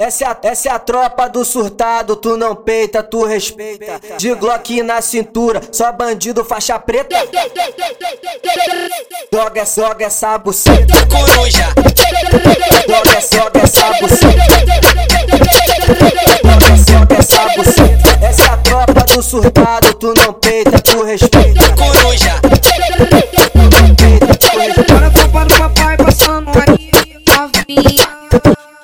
Essa é, a, essa é a tropa do surtado, tu não peita, tu respeita. De Glock na cintura, só bandido faixa preta. Joga, joga essa buceta. coruja. Joga, joga essa buceta. Joga, joga essa buceta. Essa é a tropa do surtado, tu não peita, tu respeita. Coruja. Peita, tu respeita. Para a tropa do papai passando aí, novinha.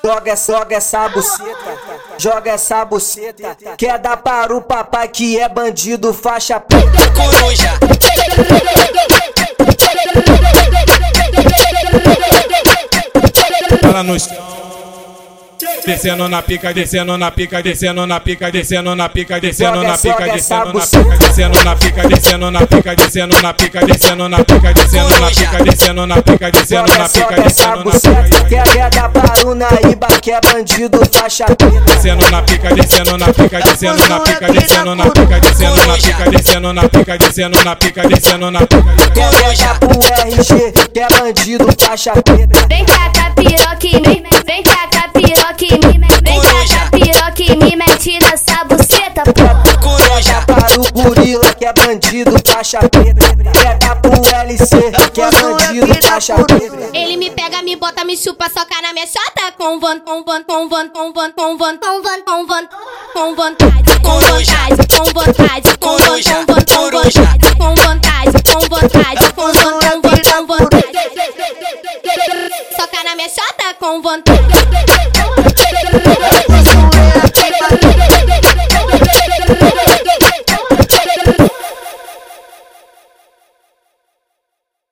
Joga, joga essa buceta, joga essa buceta. Quer dar para o papai que é bandido, faixa preta. Coruja. Ela no chão. Descendo na pica, descendo na pica, descendo na pica, descendo na pica, descendo na pica, descendo na pica, descendo na pica, descendo na pica, descendo na pica, descendo na pica, descendo na pica, descendo na pica, Joga, joga essa descendo na pica, descendo na pica. buceta. Quer, quer dar para o Naíba que é bandido, faixa preta. Descendo na pica, descendo na pica, descendo na pica, descendo na pica, descendo na pica, descendo na pica, descendo na pica, descendo na pica. Quer, quer dar pro RG que é bandido, faixa preta. Vem cá, capiroque, me vem cá, capiroque, me vem cá, capiroque, me mete nessa buceta, porra. Coruja. Para o gorila que é bandido, faixa preta. Quer dar pro LC que é bandido, faixa preta. Ele me pega, me bota, me chupa, soca na minha chota com van, com van, com van, com van, com van, com van, com van, com vontade, com vontade, com vontade, com van, com van, com vontade, Tá com vontade, tá com tá vontade, com van, com van, com vontade. Soca na minha chota com vontade.